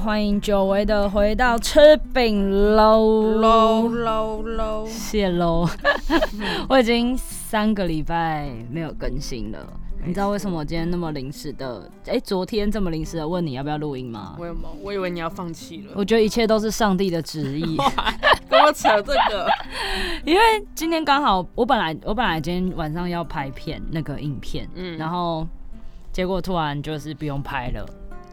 欢迎久违的回到吃饼喽喽喽喽！谢喽。我已经三个礼拜没有更新了，你知道为什么我今天那么临时的？哎、昨天这么临时的问你要不要录音吗？我有吗？我以为你要放弃了，我觉得一切都是上帝的旨意。跟我扯这个。因为今天刚好，我本来我本来今天晚上要拍片那个影片，嗯然后结果突然就是不用拍了，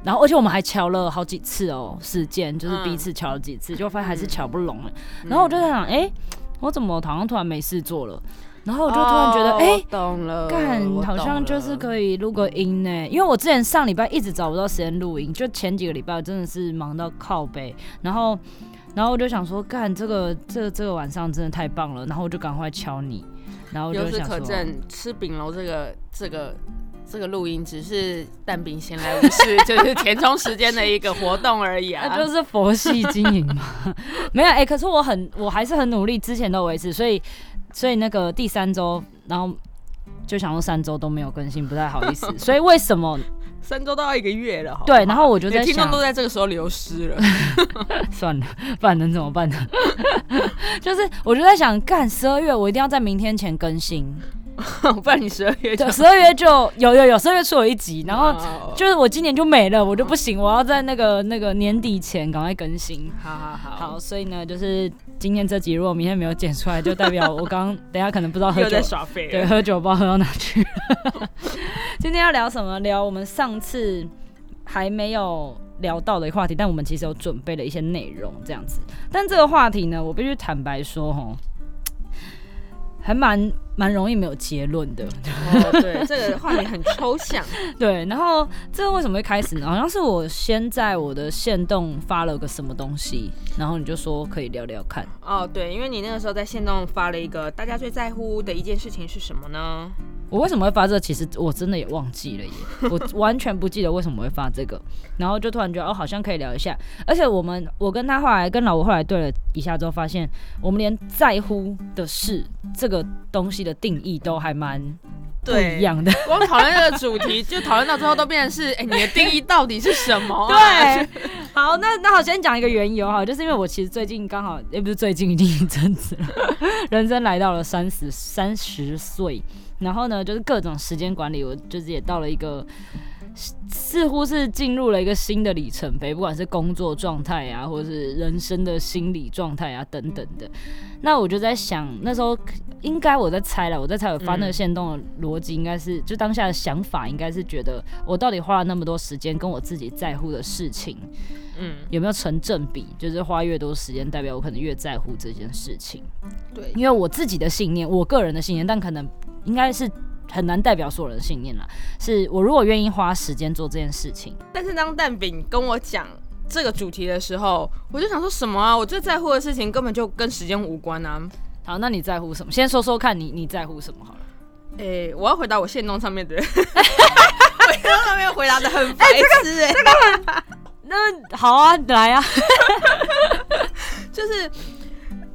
然后而且我们还瞧了好几次哦，时间就是嗯彼此瞧了几次，就发现还是瞧不拢、然后我就在想，哎、我怎么好像突然没事做了？然 后我就突然觉得，哦哎、我懂了，干、我懂好像就是了嗯可以录个音呢、因为我之前上礼拜一直找不到时间录音，就前几个礼拜我真的是忙到靠背，然后，然后我就想说，干这个这这个晚上真的太棒了，然后我就赶快敲你，然后我由就此想可说，证，吃饼楼这个这个这个录音只是蛋饼闲来无事， 就是填充时间的一个活动而已啊。那 就是佛系经营嘛， 没有哎、可是我很我还是很努力，之前都有维持，所以所以那个第三周，然后。就想说三周都没有更新，不太好意思，所以为什么 三周都要一个月了，好不好对？然后我就你的在听众想都，在这个时候流失了。算了， 不然能怎么办呢？ 就是我就在想，干十二月我一定要在明天前更新。不然你十二月就对，十二月就有有有十二月出了一集，然后哦就是我今年就没了，我就不行，我要在那个那个年底前赶快更新。好好好，好，所以呢，就是今天这集如果明天没有剪出来，就代表我刚 等一下可能不知道喝又酒在，耍废对，了。喝酒不知道喝到哪去了。 今天要聊什么？聊我们上次还没有聊到的话题，但我们其实有准备了一些内容这样子。但这个话题呢，我必须坦白说，吼，还蛮蛮容易没有结论的。哦，对，这个话题很抽象。对，然后这个为什么会开始呢？好像是我先在我的线动发了个什么东西，然后你就说可以聊聊看。哦，对，因为你那个时候在线动发了一个大家最在乎的一件事情是什么呢？我为什么会发这个其实我真的也忘记了耶，我完全不记得为什么会发这个，然后就突然觉得哦，好像可以聊一下。而且我们，我跟他后来跟老吴后来对了一下之后，发现我们连在乎的事这个东西的定义都还蛮不一样的。 光讨论这个主题，就讨论到最后都变成是，哎、你的定义到底是什 么、啊？对，好，那那好，先讲一个缘由哈，就是因为我其实最近刚好，也、不是最近，已经一阵子了， 人生来到了三十三十岁，然后呢，就是各种时间管理，我就是也到了一个。似乎是进入了一个新的里程碑，不管是工作状态啊，或是人生的心理状态啊等等的。那我就在想，那时候应该我在猜了，我在猜我发那个线动的逻辑应该是，就当下的想法应该是觉得我到底花了那么多时间跟我自己在乎的事情，嗯，有没有成正比？就是花越多时间，代表我可能越在乎这件事情。对，因为我自己的信念，我个人的信念，但可能应该是很难代表所有人的信念啦。是我如果愿意花时间做这件事情，但是当蛋饼跟我讲这个主题的时候，我就想说什么啊？我最在乎的事情根本就跟时间无关啊！好，那你在乎什么？先说说看你你在乎什么好了。哎、我要回答我线动上面 的人，我线动上面回答的很白痴哎、那好啊，来啊，就是。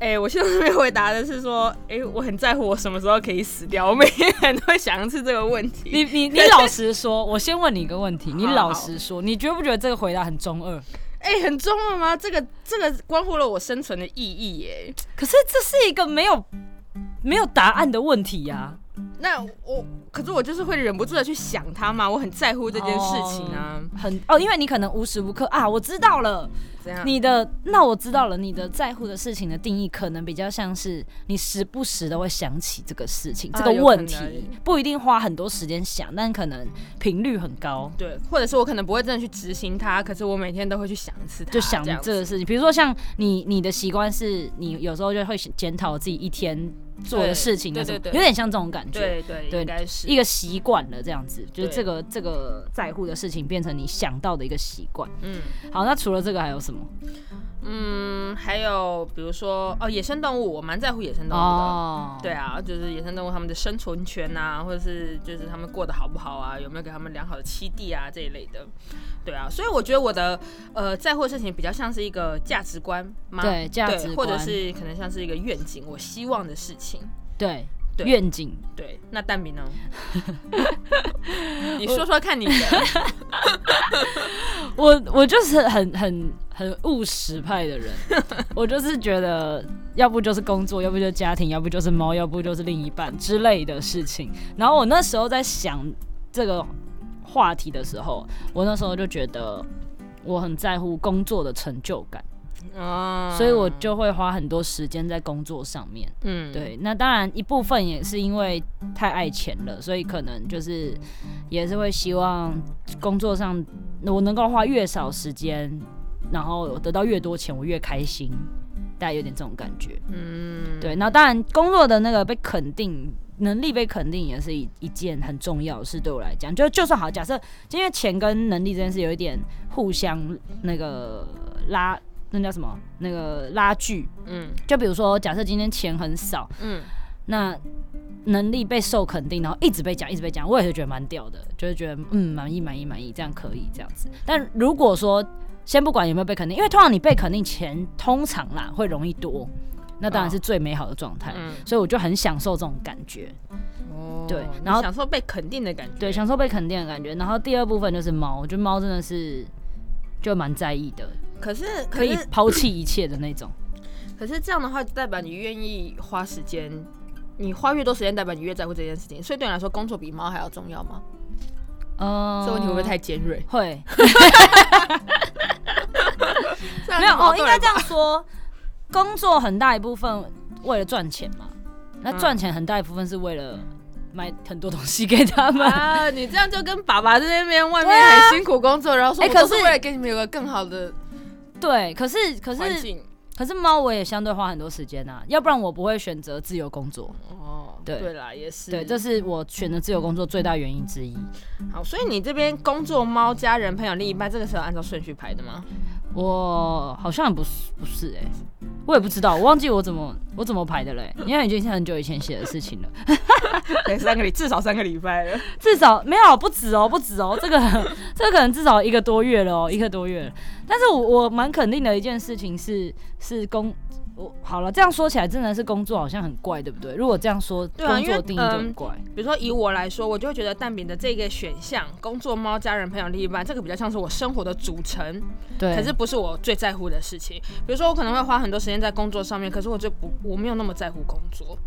哎、我现在上面回答的是说，哎、我很在乎我什么时候可以死掉，我每天都会想一次这个问 题。你你你老实说，我先问你一个问题，你好老实 说，你觉不觉得这个回答很中二？哎、很重要吗？这个这个关乎了我生存的意义耶。可是这是一个没有没有答案的问题呀、那我可是我就是会忍不住的去想它嘛，我很在乎这件事情啊。很哦，因为你可能无时无刻啊，我知道了，怎样？你的那我知道了，你的在乎的事情的定义可能比较像是你时不时的会想起这个事情、啊这个问题有可能，不一定花很多时间想，但可能频率很高。对，或者是我可能不会真的去执行它，可是我每天都会去想一次它，就想这样这子。个事情，比如说像你你的习惯是你有时候就会检讨自己一天做的对事情的什么，对对对有点像这种感觉。对对，对应该是一个习惯了，这样子，就是对这个这个在乎的事情变成你想到的一个习惯。嗯好，那除了这个还有什么？嗯，还有比如说哦，野生动物，我蛮在乎野生动物的。哦，对，啊，就是野生动物它们的生存权啊，或者是就是它们过得好不好啊，有没有给它们良好的栖地啊这一类的，对啊，所以我觉得我的呃在乎的事情比较像是一个价值观嘛，对价值观或者是可能像是一个愿景，我希望的事情，对，对愿景。 对。那蛋饼呢？你说说看你的，我我就是很很很务实派的人，我就是觉得，要不就是工作，要不就是家庭，要不就是猫，要不就是另一半之类的事情。然后我那时候在想这个话题的时候，我那时候就觉得我很在乎工作的成就感，哦 所以我就会花很多时间在工作上面。嗯，对，那当然一部分也是因为太爱钱了，所以可能就是也是会希望工作上我能够花越少时间，然后得到越多钱，我越开心，大概有点这种感觉。嗯，对，那当然工作的那个被肯定。能力被肯定也是一一件很重要的事，对我来讲，就就算好，假设因为钱跟能力这件事有一点互相那个拉，那叫什么？那个拉锯。嗯就比如说，假设今天钱很少，嗯，那能力备受肯定，然后一直被讲，一直被讲，我也是觉得蛮屌的，就是觉得嗯满意满意满意，这样可以这样子。但如果说先不管有没有被肯定，因为通常你被肯定钱通常啦会容易多，那当然是最美好的状态。嗯所以我就很享受这种感觉，哦对你然后享受被肯定的感觉，对，享受被肯定的感觉。然后第二部分就是猫，我觉得猫真的是就蛮在意的，可是可可以是抛弃一切的那种。可是这样的话，代表你愿意花时间，你花越多时间，代表你越在乎这件事情，所以对你来说，工作比猫还要重要吗？嗯，这问题会不会太尖锐？会？这样没有很矛哦，盾应该了这吧样说，工作很大一部分为了赚钱嘛，那嗯赚钱很大一部分是为了买很多东西给他们。啊！你这样就跟爸爸在那边外面很辛苦工作，然后说哎我都可啊是是为了给你们有个更好的对，可是可环是境可是猫我也相对花很多时间啊，要不然我不会选择自由工作。哦，对对啦，也是对，这是我选择自由工作最大原因之一。好，所以你这边工作、猫、家人、朋友、另一半，这个是有按照顺序排的吗？我好像不是不是哎、我也不知道，我忘记我怎么我怎么排的嘞、因为已经是很久以前写的事情了。对， 三个礼，至少三个礼拜了。至少没有不止哦，不止哦，这个 这个可能至少一个多月了哦，一个多月了。但是我我蛮肯定的一件事情是是工，我好了，这样说起来真的是工作好像很怪，对不对？如果这样说，对啊工因作为嗯定义就很怪。比如说以我来说，我就会觉得蛋饼的这个选项，工作、猫、家人、朋友、另一半，这个比较像是我生活的组成，对，可是不是我最在乎的事情。比如说，我可能会花很多时间在工作上面，可是我就不，我没有那么在乎工作。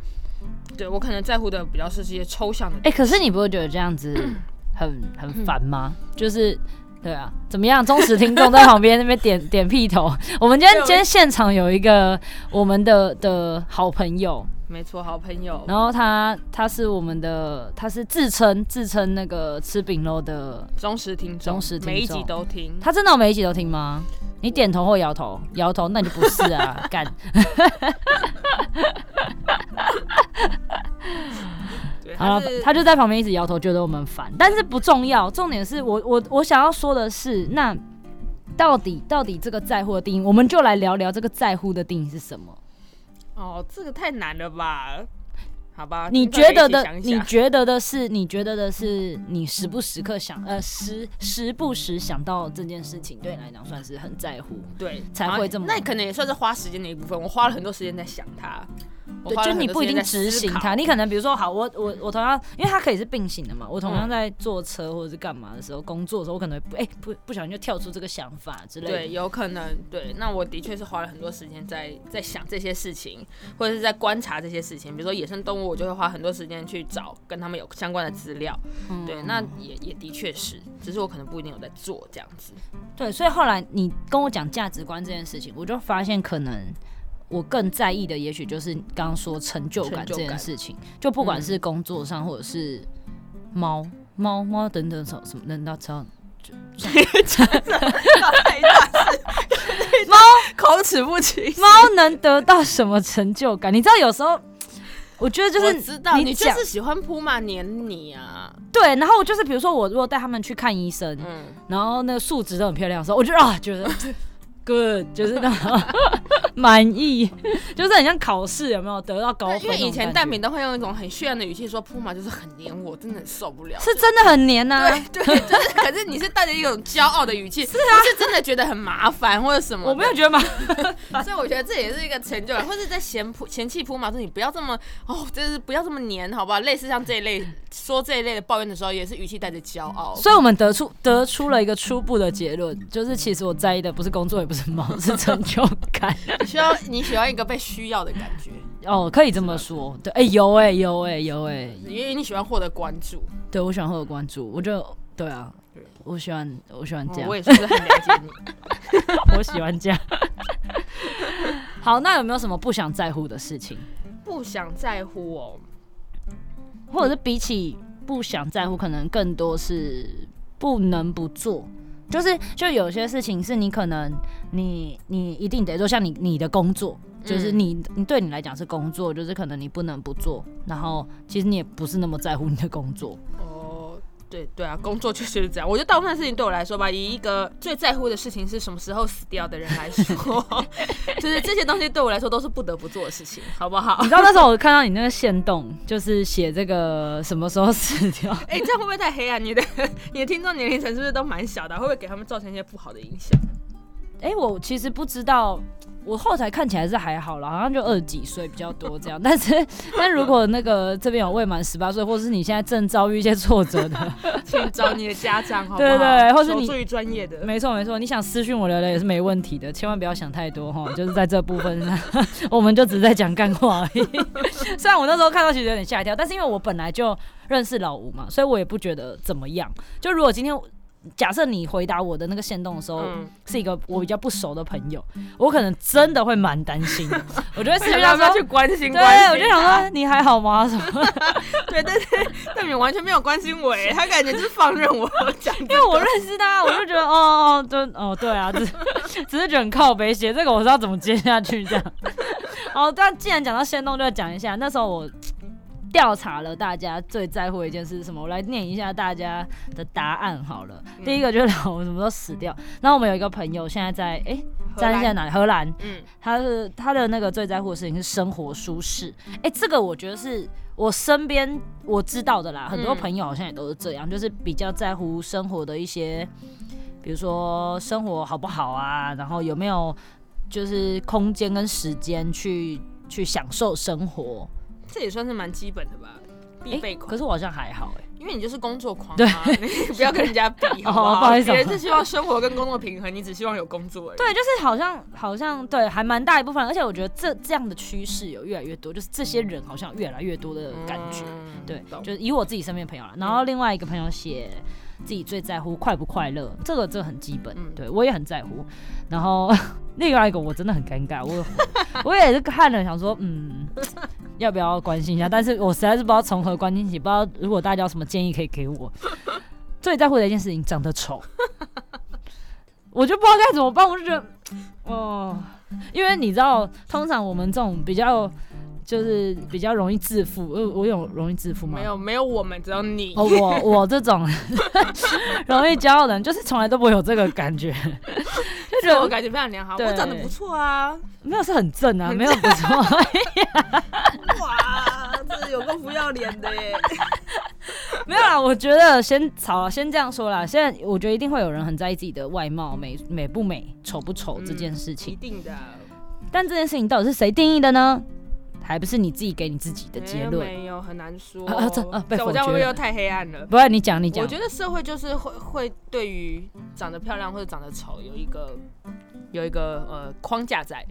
对我可能在乎的比较是这些抽象的。哎、可是你不会觉得这样子 很很烦吗？就是。对啊，怎么样？忠实听众在旁边那边点点屁头。我们今天对我今天现场有一个我们的的好朋友，没错，好朋友。然后他他是我们的，他是自称自称那个吃饼肉的，忠实听众，忠实听众每一集都听。他真的有每一集都听吗？你点头或摇头，摇头那你就不是 啊，干。对，好了他，是他就在旁边一直摇头，觉得我们烦，但是不重要，重点是我我我想要说的是，那到底到底这个在乎的定义，我们就来聊聊这个在乎的定义是什么？哦，这个太难了吧？好吧，你听众觉也得一起的，想一你想觉得的是，你觉得的是，你时不时刻想，呃，时时不时想到这件事情，对你来讲算是很在乎。对才会这么然后那可能也算是花时间的一部分。我花了很多时间在想它，我对，花就了是你很不多一时定间执在思行考它，你可能比如说，好，我我我同样，因为它可以是并行的嘛，我同嗯样在坐车或者是干嘛的时候，工作的时候，我可能会不哎、不不小心就跳出这个想法之类的。对，有可能对。那我的确是花了很多时间在在想这些事情，或者是在观察这些事情。比如说野生动物，我就会花很多时间去找跟它们有相关的资料。嗯对，那也也的确是，只是我可能不一定有在做这样子。 对，所以后来你跟我讲价值观这件事情，我就发现可能我更在意的，也许就是刚刚说成就感成就这感嗯件事情，就不管是工作上或者是猫猫猫等等什么什么，难道知道？猫口齿不清，猫能得到什么成就感？你知道有时候，我觉得就我是知道你就讲是喜欢扑马黏你啊。对，然后我就是比如说我如果带他们去看医生，嗯， 然后那个数值都很漂亮的时候，我就啊觉得 good，就是那种 满意，就是很像考试有没有得到高分因为那种以前感蛋觉饼都会用一种很炫的语气说铺马就是很黏我，真的很受不了。是真的很黏啊呐、对，就是可是你是带着一种骄傲的语气，啊是啊，是真的觉得很麻烦或者什么的。我没有觉得嘛，所以我觉得这也是一个成就感，或是在嫌铺嫌弃铺马说你不要这么哦，真是不要这么黏，好不好？类似像这一类说这一类的抱怨的时候，也是语气带着骄傲。所以我们得出得出了一个初步的结论，就是其实我在意的不是工作，也不是忙，是成就 感。需要你喜欢一个被需要的感觉，哦，可以这么说，啊对，哎、有哎、有哎、有哎、因为你喜欢获得关注。对我喜欢获得关注，我就对啊对，我喜欢我喜欢这哦样我，也是很了解你。我喜欢这样。 好，那有没有什么不想在乎的事情， 不想在乎哦，或者是比起不想在乎，可能更多是不能不做。就是就有些事情是你可能你你一定得做，像你你的工作，就是嗯你你对你来讲是工作，就是可能你不能不做，然后其实你也不是那么在乎你的工作。哦，对对啊，工作就是这样。我觉得大部分事情对我来说吧，以一个最在乎的事情是什么时候死掉的人来 说，就是这些东西对我来说都是不得不做的事情，好不好你？知道那时候我看到你那个线动，就是写这个什么时候死掉， 哎、这样会不会太黑暗？你的 你的听众年龄层是不是都蛮小的啊、会不会给他们造成一些不好的影响？哎、我其实不知道，我后台看起来是还好啦，好像就二十几岁比较多这样。 但是，但如果那个这边有未满十八岁，或是你现在正遭遇一些挫折的，请找你的家长，好不好？对对或是求你助于专业的。没错没错，你想私讯我聊聊也是没问题的，千万不要想太多哈。就是在这部分上， 我们就只是在讲干话而已。 虽然我那时候看到其实有点吓一跳，但是因为我本来就认识老吴嘛，所以我也不觉得怎么样。就如果今天假设你回答我的那个线动的时候，嗯，是一个我比较不熟的朋友，我可能真的会蛮担心的。我就会私是讯要他 不要说去。关心对关心？，我就想说你还好吗？什么？对，但是但你完全没有关心我， 哎，他感觉就是放任我讲这个。因为我认识他，我就觉得哦哦，对哦对啊，只 只是觉得很靠北写这个，我知道怎么接下去这样。 哦，但既然讲到仙动，就要讲一下那时候我调查了大家最在乎的一件事是什么，我来念一下大家的答案好了。嗯第一个就是老我什么时候死掉，然后我们有一个朋友现在在哎，荷在兰现在哪里？荷兰，嗯，他是他的那个最在乎的事情是生活舒适。哎、这个我觉得是我身边我知道的啦，很多嗯朋友好像也都是这样，就是比较在乎生活的一些，比如说生活好不好啊，然后有没有就是空间跟时间去去享受生活。这也算是蛮基本的吧，必哎、备款。可是我好像还好哎、因为你就是工作狂、啊， 你不要跟人家比，好不 哦好？不好意思别人是希望生活跟工作平衡，你只希望有工作而已。对，就是好像好像对，还蛮大一部分，而且我觉得这这样的趋势有越来越多，就是这些人好像有越来越多的嗯，感觉。对，懂嗯就是以我自己身边的朋友啦，然后另外一个朋友写自己最在乎快不快乐，这个这个很基本，嗯对我也很在乎。然后另外一个我真的很尴尬，我我也是看了想说，嗯，要不要关心一下？但是我实在是不知道从何关心起，不知道如果大家有什么建议可以给我。最在乎的一件事情，长得 丑，我就不知道该怎么办，我就觉得，哦，因为你知道，通常我们这种比较。就是比较容易自负，呃，我有容易自负吗？没有没有我们，只有你。哦，我我这种 容易骄傲的人，就是从来都不会有这个感 觉，就觉自我得哦感觉非常良好，对我长得不错啊，没有是很正啊，没有不错， 哇，这有够不要脸 的耶！没有啦。我觉得先好啊，先这样说啦。现在我觉得一定会有人很在意自己的外貌美美不美、丑不丑这件事一情，定的啊，但这件事情到底是谁定义的呢？还不是你自己给你自己的结没有论？没有很难说啊啊这啊。被像我否这样会不决会了又太黑暗了？不然你讲，你我讲。觉得社会就是会会对于长得漂亮或者长得丑有一个有一个呃框架在，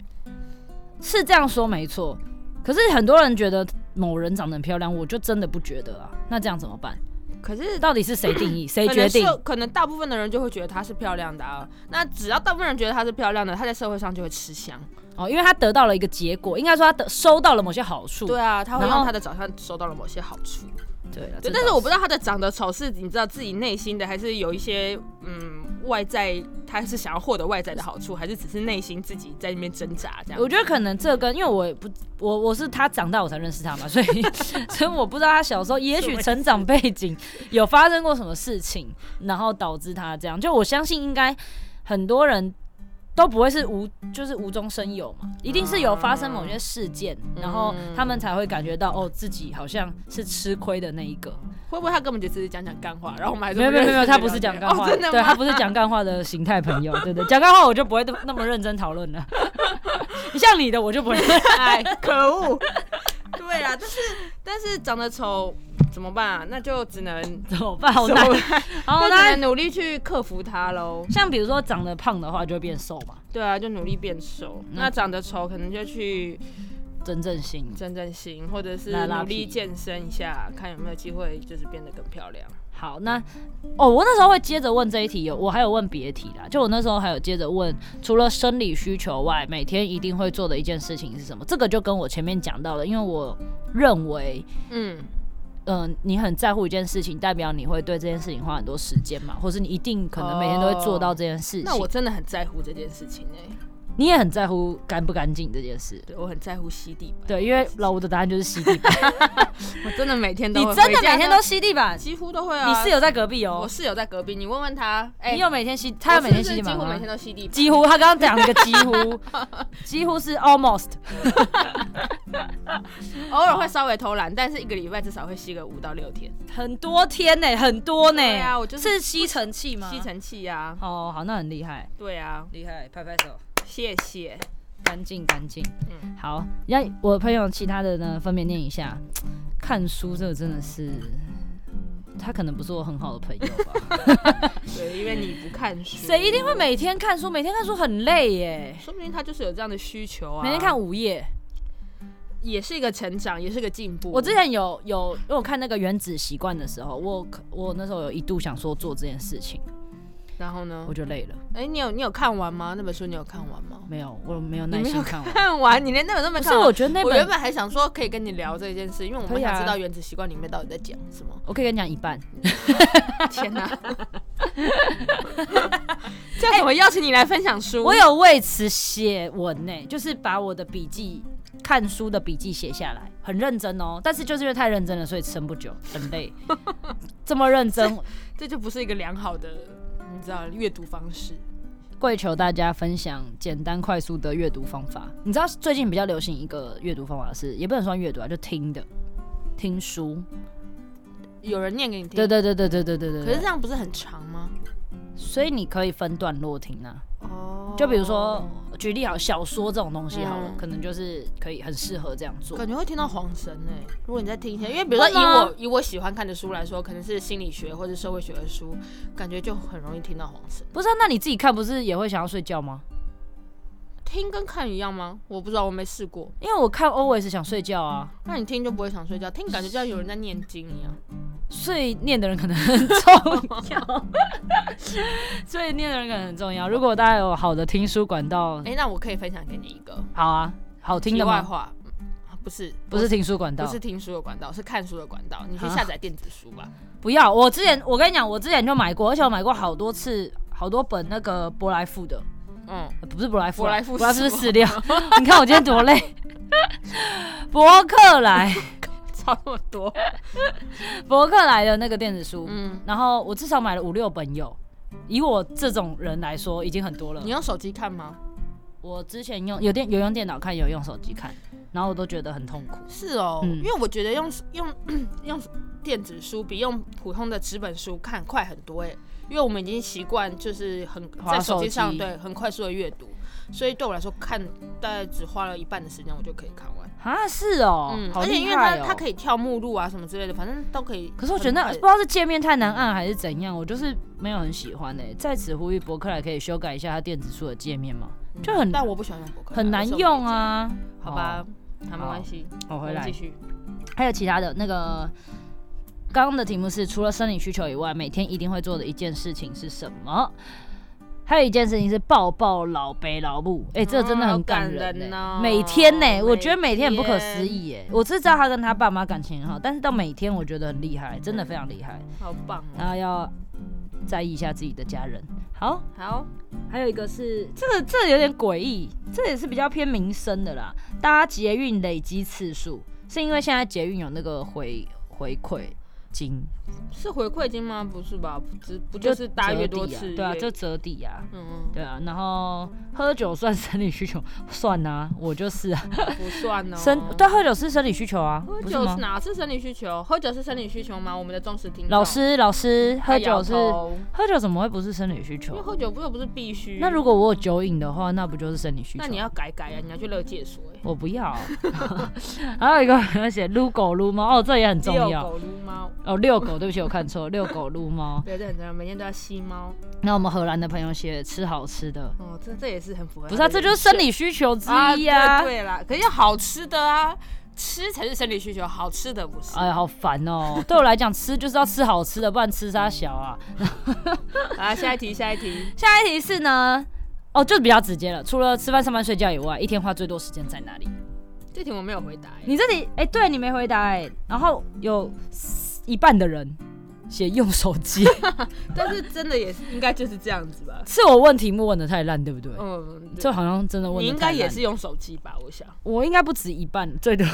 是这样说没错，可是很多人觉得某人长得很漂亮，我就真的不觉得啊。那这样怎么办？可是到底是谁定义？谁可决能定？社可能大部分的人就会觉得她是漂亮的啊。那只要大部分人觉得她是漂亮的，她在社会上就会吃香。哦，因为他得到了一个结果，应该说他得收到了某些好处。对啊，她会然后啊用她的长相收到了某些好处。对了，对，这但是倒我不知道她的长得丑是你知道自己内心的，还是有一些嗯外在，她是想要获得外在的好处，还是只是内心自己在那边挣扎这样。我觉得可能这跟因为我也不我我是他长大我才认识他嘛，所以 所以我不知道他小时候也许成长背景有发生过什么事情，然后导致他这样。就我相信应该很多人都不会是无就是无中生有嘛，一定是有发生某些事件，然后嗯他们才会感觉到哦，自己好像是吃亏的那一个。会不会他根本就只是讲讲干话，然后我们还是没有不没有没认有，识他就不是了讲解干话，哦真的对啊吗？他不是讲干话的形态朋友，对对，讲干话我就不会那么那么认真讨 论了。像你的我就不会， 哎，可恶！对啊，但是但是长得丑怎么办啊？那就只能怎么办？好怎难么，办好就只难。能努力去克服它喽。像比如说长得胖的话就会变瘦嘛，对啊，就努力变瘦。嗯那长得丑可能就去真正性整整形，或者是拉拉努皮力健身一下，看有没有机会就是变得更漂亮。好，那哦，我那时候会接着问这一题，有哦我还有问别题啦。就我那时候还有接着问，除了生理需求外，每天一定会做的一件事情是什么？这个就跟我前面讲到的，因为我认为，嗯，嗯、你很在乎一件事情，代表你会对这件事情花很多时间嘛，或是你一定可能每天都会做到这件事情。哦那我真的很在乎这件事情哎、你也很在乎干不干净这件事。对我很在乎吸地板，对，因为老吴的答案就是吸地板，我真的每天都 你会真的回家每天都吸地板？几乎都会啊。你室友在隔壁我哦，室友在隔壁，你问问他，哎、你有每天吸，他有我每天是吸地不是板几乎吗每？天都吸地板，几乎，他刚刚讲了一个几 乎，几乎是 almost。偶尔会稍微偷懒，但是一个礼拜至少会吸个五到六天。很多天呢、很多呢、对啊我就是是吸尘器吗？吸。尘器啊，哦，好，那很厉害，对啊，厉害，拍拍手，谢谢。干净干净。嗯好，那我朋友其他的呢，分别念一下。看书这个真的是，他可能不是我很好的 朋友吧？对，因为你不看书，谁一定会每天看书？每天看书很累耶、说不定他就是有这样的需求啊。每天看午夜，也是一个成长，也是个进步。我之前有有，因为我看那个《原子习惯》的时候，我可我那时候有一度想说做这件事情，然后呢我？就累了，哎、你有你有看完吗？那本书你有看完吗？没有，我没有你耐没有心看完。看完， 你连那本都没不是，看完我。觉得那我原本本还想说可以跟你聊这件事，因为我可们以啊。想知道《原子习惯》里面到底在讲什么我可以跟你讲一半。 天哪、 这样怎么邀请你来分享书？我有为此写文呢、就是把我的笔记、看书的笔记写下来，很认真哦。但是就是因为太认真了，所以撑不久，很 累。这么认真，这就不是一个良好的，你知道阅读方式。跪求大家分享简单快速的阅读方法。你知道最近比较流行一个阅读方法是，也不能算阅读啊，就听的，听书。有人念给你听，对对对对对对对对。可是这样不是很长吗？所以你可以分段落听啊。哦就比如说，举例好小说这种东西好了，嗯可能就是可以很适合这样做。感觉会听到黄神哎、如果你在听一些，因为比如说会以吗我以我喜欢看的书来说，可能是心理学或者社会学的书，感觉就很容易听到黄神。不是、啊，那你自己看不是也会想要睡觉吗？听跟看一样吗？我不知道，我没试过。因为我看嗯 always 想睡觉啊，那你听就不会想睡觉，听感觉就像有人在念经一样。睡念的人可能很重要，睡念的人可能很重要。如果大家有好的听书管道， 哎、那我可以分享给你一个好啊，好听题的外吗？话，嗯啊不是不是听书管道，不是听书的管道，是看书的管道。你去啊下载电子书吧。不要。我之前我跟你讲，我之前就买过，而且我买过好多次，好多本那个伯莱富的，嗯，呃不是伯莱富啊，伯莱富伯莱富是是饲 料。你看我今天多累。伯克 莱，差那么多。伯克莱的那个电子书，嗯，然后我至少买了五六本有。以我这种人来说，已经很多了你。用手机看吗？我之前用有电有用电脑看，有用手机看，然后我都觉得很痛苦。是哦，嗯因为我觉得用用用电子书比用普通的纸本书看快很多哎，因为我们已经习惯就是很滑在手手机机上对很快速的阅读，所以对我来说看大概只花了一半的时间我就可以看完。啊，是哦，嗯，好而且因厉为害它哦。它可以跳目录啊什么之类的，反正都可以很快。可是我觉得那不知道是界面太难啊按还是怎样，我就是没有很喜欢哎、在此呼吁博客来可以修改一下它电子书的界面嘛，就很嗯但我不喜欢用博客，很难用。啊。好吧，好没关系，哦，我我回们来继。续。还有其他的那个，刚刚的题目是除了生理需求以外，每天一定会做的一件事情是什么？还有一件事情是抱抱老北老母，哎、这真的很哦好感人,、欸人哦每天呢、欸每我觉得每天很不可思天议耶、欸我只知道他跟他爸妈感情很好，但是到每天我觉得很厉害，真的非常厉害。好棒然哦！后要在意一下自己的家人。好，好，还有一个是这个，这个有点诡异，这也是比较偏民生的啦。搭捷运累积次数，是因为现在捷运有那个回回馈。金，是回馈金吗？不是吧？不只不就是搭越多折次抵啊越？对啊，就折抵啊。嗯，对啊，然后喝酒算生理需求， 算啊，我就是啊，不算哦。生对喝酒是生理需求啊，喝不是酒吗是？哪是生理需求？喝酒是生理需求吗？我们的忠实听众老师，老师，喝他摇酒是头喝酒怎么会不是生理需因为求？喝酒不又不是必须。那如果我有酒瘾的话，那不就是生理需求？那你要改改啊，你要去乐界所哎。我不要。 还有一个人写撸狗撸猫，哦，这也很重遛要。狗撸猫，哦，遛狗，对不起，我看错了，遛狗撸 猫。对，这很重要，每天都要吸猫。那我们荷兰的朋友写吃好吃 的，哦，这这也是很符合他的人设。不是啊，这就是生理需求之啊，一呀、对对啦，可是要好吃的啊，吃才是生理需求，好吃的不是。哎呀，好烦哦！对我来讲，吃就是要吃好吃的，不然吃啥小啊？啊，下一题，下一题。下一题是呢，哦，就比较直接了。除了吃饭、上班、睡觉以外，一天花最多时间在哪里？这题我没有回答、欸，你这里，哎、对你没回答哎、然后有一半的人写用手机，但是真的也是应该就是这样子吧。 是我问题目问的太烂，对不对？嗯，对这好像真的问你得应太该烂也是，用手机吧？我想，我应该不止一半，最多，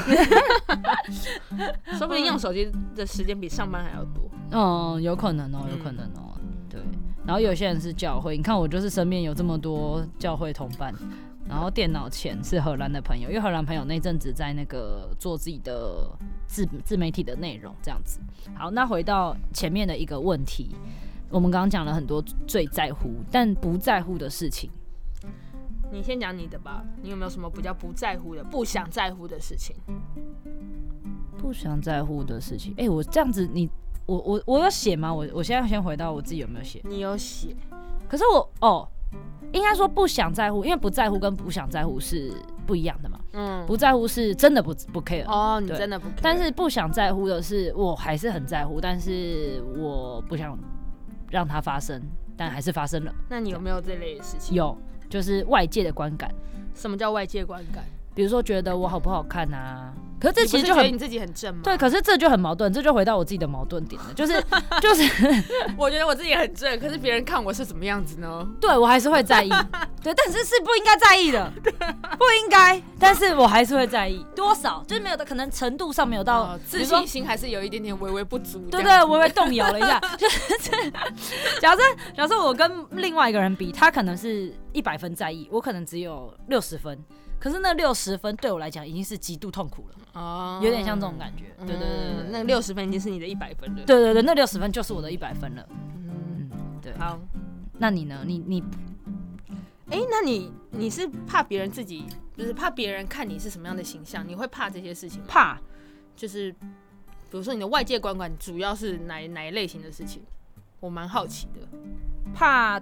说不定用手机的时间比上班还要多。嗯，有可能哦，有可能哦，嗯对。然后有些人是教会，你看我就是身边有这么多教会同伴。然后电脑前是荷兰的朋友，因为荷兰朋友那阵子在那个做自己的自自媒体的内容这样子。好，那回到前面的一个问题，我们刚刚讲了很多最在乎但不在乎的事情。你先讲你的吧，你有没有什么比较不在乎的、不想在乎的事情？不想在乎的事情。哎、我这样子你。我我我有写吗？我我现在先回到我自己有没有写。你有写，可是我哦，应该说不想在乎，因为不在乎跟不想在乎是不一样的嘛。嗯，不在乎是真的不不 care，、哦，你对真的不 care，但是不想在乎的是我还是很在乎，但是我不想让它发生，但还是发生了。那你有没有这类的事情？，有就是外界的观感，什么叫外界观感？比如说觉得我好不好看啊，可是这其嗯你不实就是觉得很。你自己很正吗？对，可是这就很矛盾，这就回到我自己的矛盾点了，就是 就是我觉得我自己很正，可是别人看我是什么样子呢？对我还是会在 意，对，但是是不应该在意的，不应该，但是我还是会在意，多少就是没有的，可能程度上没有到哦，比自如说信心还是有一点点微微不足。对这样对，子我会动摇了一下。 就是假设假设我跟另外一个人比，他可能是一百分在意，我可能只有六十分，可是那六十分对我来讲已经是极度痛苦了，哦有点像这种感觉。对对对对嗯对那六十分已经是你的一百分了。，对对对，那六十分就是我的一百分了。嗯，对，好。那你呢？你你哎、那你你是怕别人自己，就是怕别人看你是什么样的形象，你会怕这些事情吗？怕就是比如说你的外界观感主要是哪哪一类型的事情？我蛮好奇的。怕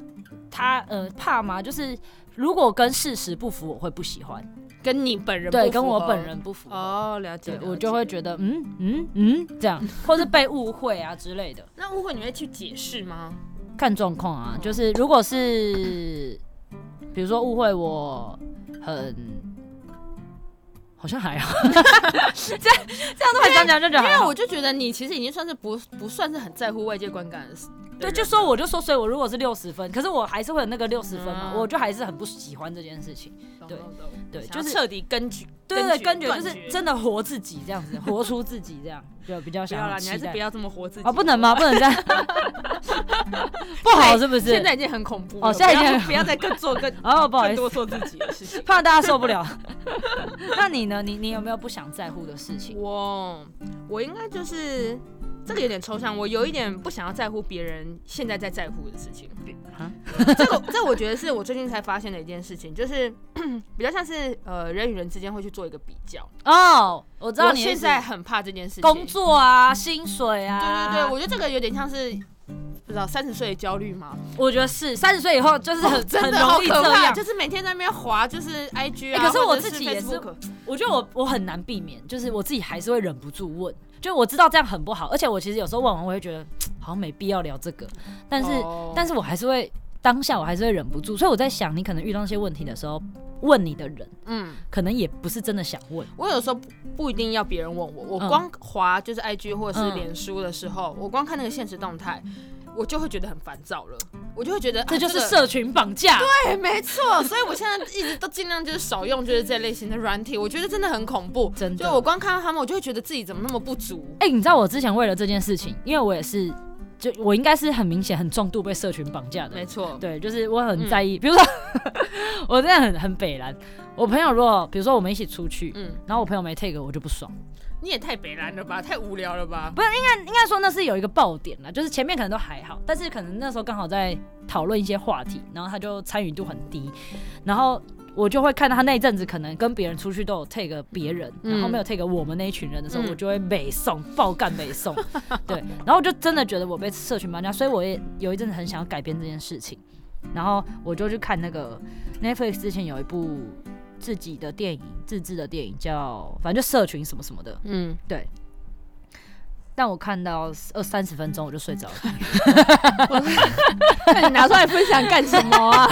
他呃怕吗？就是如果跟事实不符，我会不喜欢。跟你本人对，不符跟我合本人不符合。哦，了解对，，了我就会解觉得嗯嗯嗯这样， 或是被误会啊之类的。那误会你会去解释吗？看状况啊，嗯就是如果是比如说误会我很，好像还好，这样这样都很想讲就觉得还因为好。我就觉得你其实已经算是不不算是很在乎外界观感的事对，人就说我就说，所以我如果是六十分，可是我还是会有那个六十分嘛，嗯我就还是很不喜欢这件事情。懂对懂懂对想要就是彻底根据对对，根绝绝断就是真的活自己这样子，活出自己这样，就比较不想要啦，要你还期是待不。要这么活自己啊，不能吗？不能这样，不好是不是？现在已经很恐怖了哦现在已经不要很不要再更做更哦，不好意更思多，做自己的事情。怕大家受不了。那你呢？你你有没有不想在乎的事情？ 我我应该就是这个有点抽象，我有一点不想要在乎别人现在在在乎的事情。啊这个这我觉得是我最近才发现的一件事情，就是 比较像是呃人与人之间会去做一个比较。哦，我知道我你现现在在很怕这件事情。工作啊、薪水对啊，对对，我觉得这个有点像是。不知道三十岁的焦虑吗？我觉得是三十岁以后就是 很、哦真很的好容易可这怕，样。就是每天在那边滑，就是 IG 啊。哎可是我或者自己也是 Facebook 我觉得我我很难避免，就是我自己还是会忍不住问，就我知道这样很不好，而且我其实有时候问完我会觉得好像没必要聊这个，但是、哦但是我还是会当下我还是会忍不住，所以我在想，你可能遇到那些问题的时候，问你的人嗯，可能也不是真的想问，我有时候不不一定要别人问我，我嗯光滑就是 IG 或者是嗯脸书的时候，我光看那个现实动态，我就会觉得很烦躁了。我就会觉得这就是啊社群绑架。对，没错，所以我现在一直都尽量就是少用就是这类型的软体，我觉得真的很恐怖，真的就我光看到他们，我就会觉得自己怎么那么不足。哎、你知道我之前为了这件事情，因为我也是，就我应该是很明显、很重度被社群绑架的没人。错，对，嗯就是我很在意，比如说 我真的很很北蓝。我朋友如果比如说我们一起出去，嗯，然后我朋友没 take 我就不爽。你也太北蓝了吧，太无聊了吧？应该说那是有一个爆点啦，就是前面可能都还好，但是可能那时候刚好在讨论一些话题，然后他就参与度很低，然后我就会看到他那一阵子可能跟别人出去都有 take 别人，嗯然后没有 take 我们那一群人的时候，嗯我就会美送爆干美送， 对，然后我就真的觉得我被社群绑架，所以我也有一阵子很想要改变这件事情，然后我就去看那个 Netflix 之前有一部自己的电影，自制的电影叫反正就社群什么什么的，嗯，但我看到二三十分钟我就睡着了。那哎你拿出来分享干什么啊？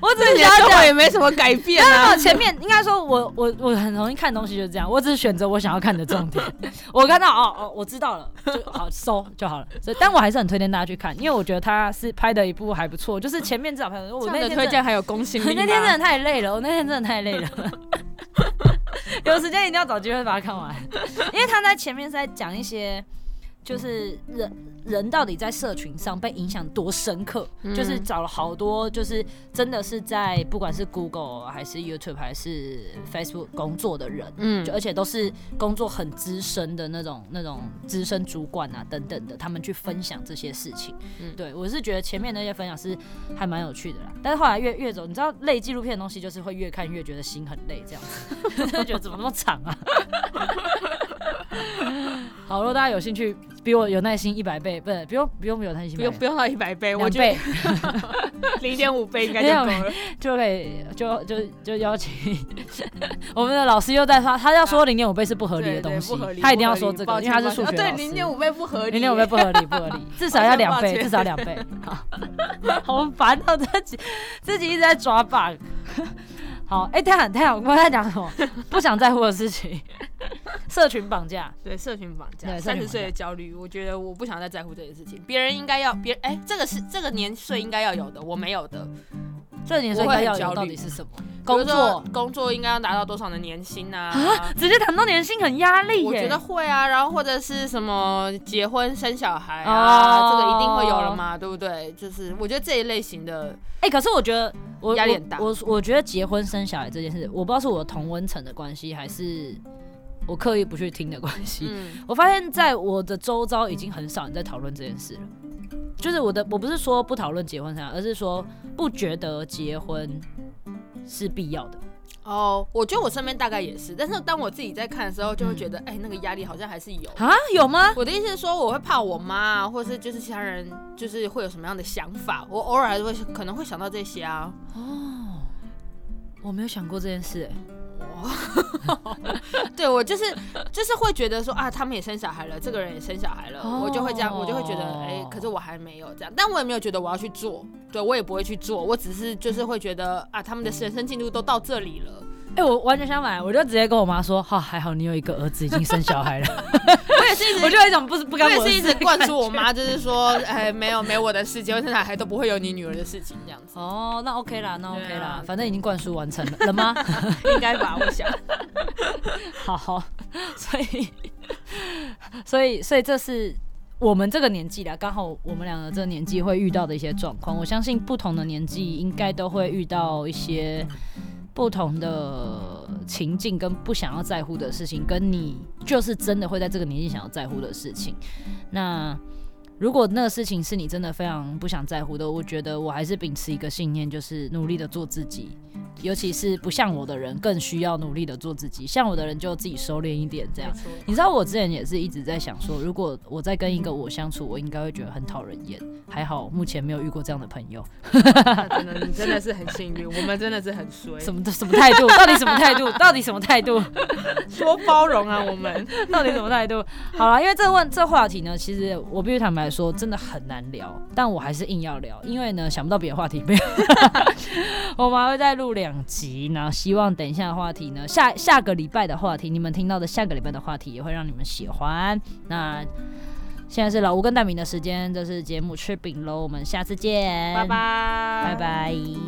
我只对是 你想要的生讲活，也没什么改变但是啊我。前面应该说我，我我很容易看东西就是这样，我只是选择我想要看的重点。我看到哦哦，我知道了，就好收就好了。所以，但我还是很推荐大家去看，因为我觉得他是拍的一部还不错，就是前面至少拍的。我这那样天真的推的荐还有公信我 力 吗那天真的太累了，我那天真的太累 了。有时间一定要找机会把它看完，因为他在前面是在讲一些，就是人人到底在社群上被影响多深刻，嗯就是找了好多，就是真的是在不管是 Google 还是 YouTube 还是 Facebook 工作的人，嗯就而且都是工作很资深的那种、那种资深主管啊等等的，他们去分享这些事情。嗯对我是觉得前面那些分享是还蛮有趣的啦，但是后来越越走，你知道类纪录片的东西就是会越看越觉得心很累，这样子， 就觉得怎么那么长啊？好，如果大家有兴趣，比我有耐心一百倍，不是不用不用有耐心100倍，不用不用到一百倍，我两觉得倍零点五倍应该就够了。就可以就就就邀请 我们的老师又在他他要说零点五倍是不合理的对啊对东西不合理，他一定要不合说理这抱个，因歉为他是抱数歉学老哦对，师。零点五倍不合理，零点五倍不合理，不 合理，至少要两倍，至少两倍。好，好 烦哦，自己自己一直在抓 bug。好，哎、等一下等一下，我刚才讲什 么？不想在乎的事情，社群绑架。对社群绑架，对社三群绑架十岁的焦虑，我觉得我不想再在乎这件事情。别人应该要，别人哎、这个是这个年岁应该要有的，我没有的。这年岁应该要有到底是什么？比工如说作，工作应该要达到多少的年薪啊？直接谈到年薪很压力耶。我觉得会啊，然后或者是什么结婚生小孩哦啊，这个一定会有了嘛，对不对？就是我觉得这一类型的，哎、可是我觉得我压力很大我我我觉得结婚生小孩这件事，我不知道是我同温层的关系，还是我刻意不去听的关系。嗯我发现在我的周遭已经很少人在讨论这件事了。就是我的，我不是说不讨论结婚生小孩，而是说不觉得结婚是必要的。哦，我觉得我身边大概也是，但是当我自己在看的时候，就会觉得，哎、那个压力好像还是有。啊，有吗？我的意思是说，我会怕我妈啊，或是就是其他人，就是会有什么样的想法，我偶尔还是会可能会想到这些啊。 哦，我没有想过这件事、欸。对我就是就是会觉得说啊，他们也生小孩了，这个人也生小孩了，哦我就会这样，我就会觉得哎、可是我还没有这样，但我也没有觉得我要去做，对我也不会去做，我只是就是会觉得啊，他们的人生进度都到这里了，哎、我完全相反，我就直接跟我妈说，哈、还好你有一个儿子已经生小孩 了。我也是一我直。就有一种不是不我干也我的是一事直的灌感输觉我妈，就是说，哎，没有没有我的事，结婚生小孩都不会有你女儿的事情，这样子哦，那 OK 啦，那对 OK 啦啊，反正已经灌输完成了了吗？ 应该吧？我想，好， 所以所以所以这是我们这个年纪啦，刚好我们两个这个年纪会遇到的一些状况。我相信不同的年纪应该都会遇到一些不同的情境跟不想要在乎的事情，跟你就是真的会在这个年纪想要在乎的事情。那如果那个事情是你真的非常不想在乎的，我觉得我还是秉持一个信念，就是努力的做自己，尤其是不像我的人更需要努力的做自己，像我的人就自己收敛一点这样。你知道我之前也是一直在想说，如果我在跟一个我相处，我应该会觉得很讨人厌。还好目前没有遇过这样的朋友，啊真的，你真的是很幸运，我们真的是很衰，什么什么态度？到底什么态度？到底什么态度？多包容啊，我们。 到底什么态度？好了，因为这问这话题呢，其实我必须坦白说，真的很难聊，但我还是硬要聊，因为呢想不到别的话题没有。 我们还会再录两集，然后希望等一下的话题呢，下下个礼拜的话题，你们听到的下个礼拜的话题也会让你们喜欢。那现在是老吴跟大明的时间，这是节目吃饼喽，我们下次见，拜拜拜，拜。